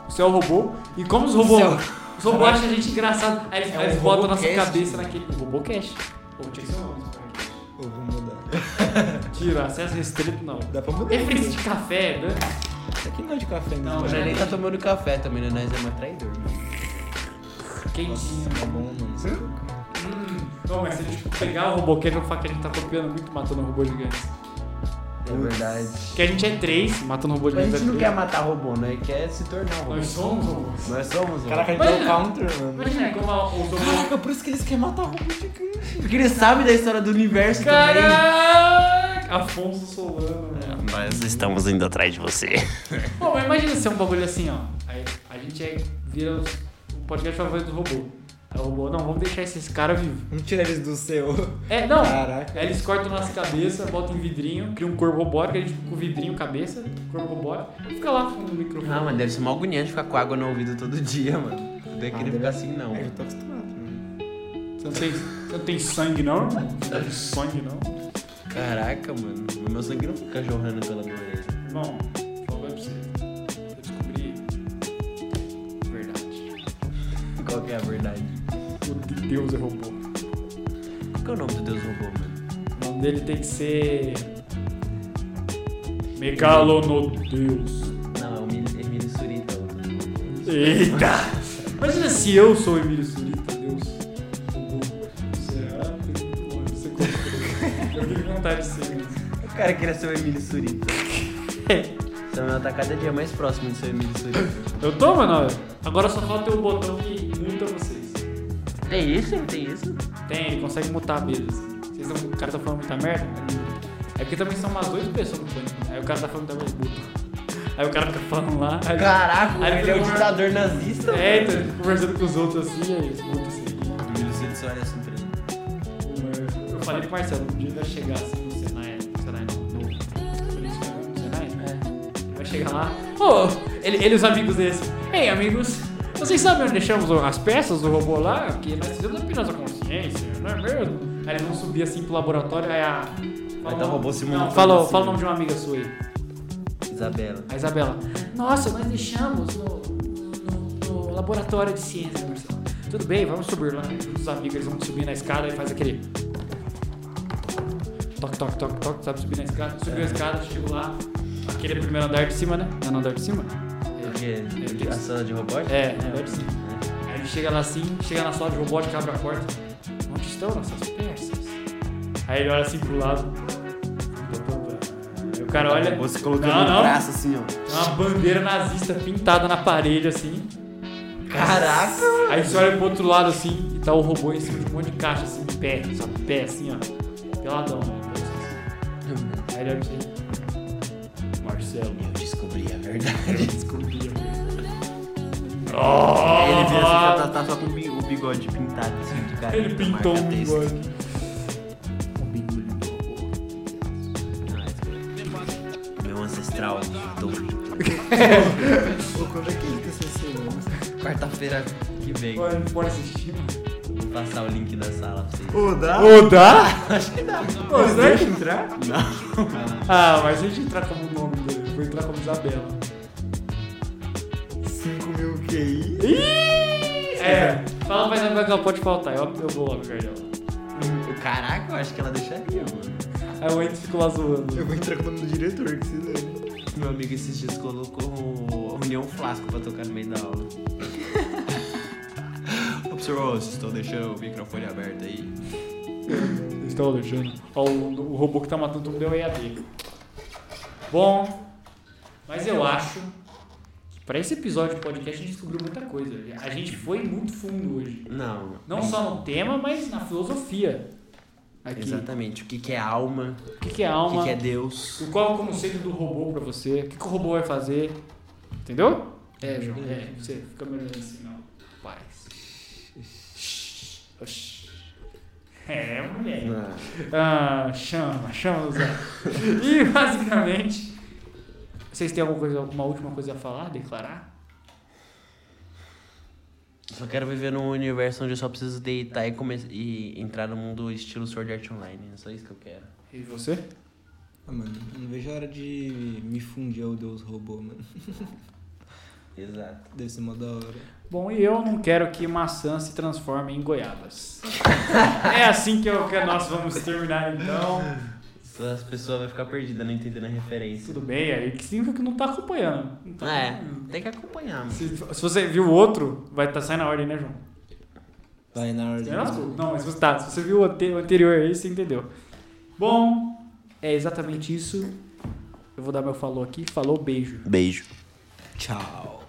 A: O céu robô. E como os robôs. Os robôs acham a gente engraçado. Aí eles,
B: É um
A: eles botam a nossa
B: robocast.
A: cabeça naquele. Robocast. Ou tinha que ser um né? o nome desse podcast.
C: Ou vou mudar.
A: Tira, acesso restrito não.
C: Dá pra mudar.
A: Refriz de café, né?
C: Isso aqui não é de café ainda.
A: Não,
B: O
C: mano.
A: já-
B: Janei tá tomando café também, né? Nós é mais traidor. né?
A: Quentinho.
C: Tá bom, mano.
A: Hum, Não, mas se a gente pegar o Robocast, eu vou falar que a gente tá copiando muito matando robô gigante.
B: É verdade.
A: Porque a gente é três, matando robô
B: Mas a
A: gigante.
B: gente não
A: é
B: quer
A: três.
B: matar robô, né? Quer se tornar um robô.
A: Nós somos robôs.
B: Nós somos um
C: Caraca,
B: robô.
C: ele deu
A: Imagina.
C: um counter, mano.
A: Imagina como a- o robô.
C: Caraca, por isso que eles querem matar o robô gigante.
B: Porque ele sabe da história do universo também.
A: Caraca! Afonso Solano, velho.
B: Nós estamos indo atrás de você.
A: Pô, mas imagina ser um bagulho assim, ó. Aí a gente é, vira os- o podcast favorito do robô. Aí o robô, não, vamos deixar esses caras vivos.
C: Vamos tirar eles do céu.
A: É, não.
C: Caraca.
A: Aí eles cortam nossa cabeça, botam em vidrinho, cria um corpo robótico, a gente fica com vidrinho, cabeça, corpo robótico, e fica lá com o microfone.
B: Ah, mano, deve ser mó agoniante ficar com água no ouvido todo dia, mano. Não deve querer ficar assim, não.
C: É, eu tô acostumado, mano.
A: Você não tem, você não tem sangue, não? irmão? Você não tem sangue, não?
B: Caraca, mano. Meu sangue não fica jorrando pela minha orelha.
A: Irmão, falou pra você. Eu descobri. Verdade.
B: Qual que é a verdade?
A: O de Deus é robô.
B: Qual que é o nome do Deus robô, mano?
A: O nome dele tem que ser. Megalonodeus.
B: Não, é o Emílio, Emílio Surita. o-
A: Eita! Imagina se eu sou o Emílio Surita, Deus. Robô. Será? Tem muito longe, você comprou. Eu tenho vontade de ser. mesmo.
B: O cara queria ser o Emílio Surita. Samuel tá cada dia mais próximo de ser o Emílio Surita.
A: Eu tô, mano. Agora só falta um o botão que muta vocês.
B: Tem isso? Tem isso?
A: Tem, ele consegue mutar mesmo. Vocês tão, o cara tá falando muita merda? É porque também são umas oito pessoas no pânico. Aí o cara tá falando muita merda. muta. Aí o cara fica falando lá. Aí,
B: Caraca,
A: Aí
B: ele é o
A: fica-
B: ditador nazista,
A: É, então, ele fica conversando com os outros assim, aí eles mutam assim.
B: mano. Emílio Surita só olha assim pra ele.
A: Eu falei pro Marcelo, um dia ele vai chegar assim no Senai. No Senai não, no. no Senai?
B: É.
A: Ele vai chegar lá. Ô, ele, ele e os amigos dele assim. Ei, amigos. Vocês sabem onde deixamos as peças do robô lá? Que nós fizemos apenas a consciência, não é mesmo? Aí eles vão subir assim pro laboratório, aí a.
B: Aí tá o robô se
A: Não,
B: montando
A: fala,
B: assim.
A: fala o nome de uma amiga sua aí.
B: Isabela.
A: A Isabela. Nossa, nós deixamos no, no- no laboratório de ciência, Marcelo. Tudo bem, vamos subir lá. Os amigos eles vão subir na escada e faz aquele. Toque, toque, toque, toque, sabe? Subir na escada. Subiu a escada, chegou lá. Aquele é o primeiro andar de cima, né? É no andar de cima?
B: Porque a sala de robótica?
A: É, no andar de cima. Aí ele chega lá assim, chega na sala de robótica, abre a porta. Onde estão nossas peças? Aí ele olha assim pro lado. E o cara olha.
I: Você colocando
A: Não,
I: o
A: não.
I: braço assim, ó.
A: Tem uma bandeira nazista pintada na parede, assim.
B: Caraca!
A: Aí você olha pro outro lado, assim, e tá o robô em cima de um monte de caixa, assim, de pé, só de pé, assim, ó. Peladão, né? Aí ele olha assim. Marcelo,
B: Eu descobri a verdade.
A: descobri.
I: Aí ele vira assim, tá,
A: Oh,
I: tá só com o bi- o bigode pintado assim de cara.
A: ele pintou um bigode.
I: Um
B: Meu
I: é
B: ancestral, Doritos.
C: Pô, quando é que ele TCC, mano?
B: Quarta-feira que vem,
A: Pô, Não pode assistir, mano.
B: vou passar o link da sala pra vocês.
I: Ô, dá?
A: Ô, dá? Pô, será que-
I: entrar? Não.
A: Ah, mas a gente entrar como o nome dele, vou entrar como Isabela.
H: 5 mil QI.
A: Ih! É, fala pra Isabela que ela pode faltar, eu, eu vou logo, Gardela.
B: Caraca, eu acho que ela deixaria, mano.
A: Aí o Entes ficou lá zoando.
H: Eu vou entrar com o nome do diretor, que se lembra.
B: Meu amigo esses dias colocou o União Flasco pra tocar no meio da aula.
I: Observou, vocês estão deixando o microfone aberto aí.
A: Vocês estão alejando. Ó, o, o robô que tá matando todo mundo é o EAD. Bom, mas eu acho que pra esse episódio do podcast a gente descobriu muita coisa. A gente foi muito fundo hoje.
B: Não.
A: Não só no tema, mas na filosofia. Aqui.
B: Exatamente. O que, que é alma?
A: O que, que é
B: O
A: alma?
B: que, que é Deus?
A: O Qual é o conceito do robô pra você? O que, que o robô vai fazer? Entendeu? É, João. É, você fica melhor assim, não. Paz. Oxi. É, moleque. Ah, chama, chama o Zé. E basicamente. Vocês têm alguma coisa, alguma última coisa a falar, declarar?
B: Só quero viver num universo onde eu só preciso deitar e, come... e entrar no mundo estilo Sword Art Online. É só isso que eu quero.
A: E você?
C: Ah, mano, eu não vejo a hora de me fundir ao Deus robô, mano.
B: Exato.
C: Deve ser mó da hora.
A: Bom, e eu não quero que maçã se transforme em goiabas. é assim que, eu, que nós vamos terminar então.
B: Só as pessoas vão ficar perdidas não entendendo a referência.
A: Tudo bem, aí que significa que não tá acompanhando. Não tá acompanhando.
B: É, tem que acompanhar, mano.
A: Se, se você viu o outro, vai estar tá saindo na ordem, né, João?
C: Vai na hora de.
A: Não, mas você tá. Se você viu o ante- o anterior aí, você entendeu. Bom, é exatamente isso. Eu vou dar meu falou aqui. Falou, beijo.
B: Beijo.
C: Tchau.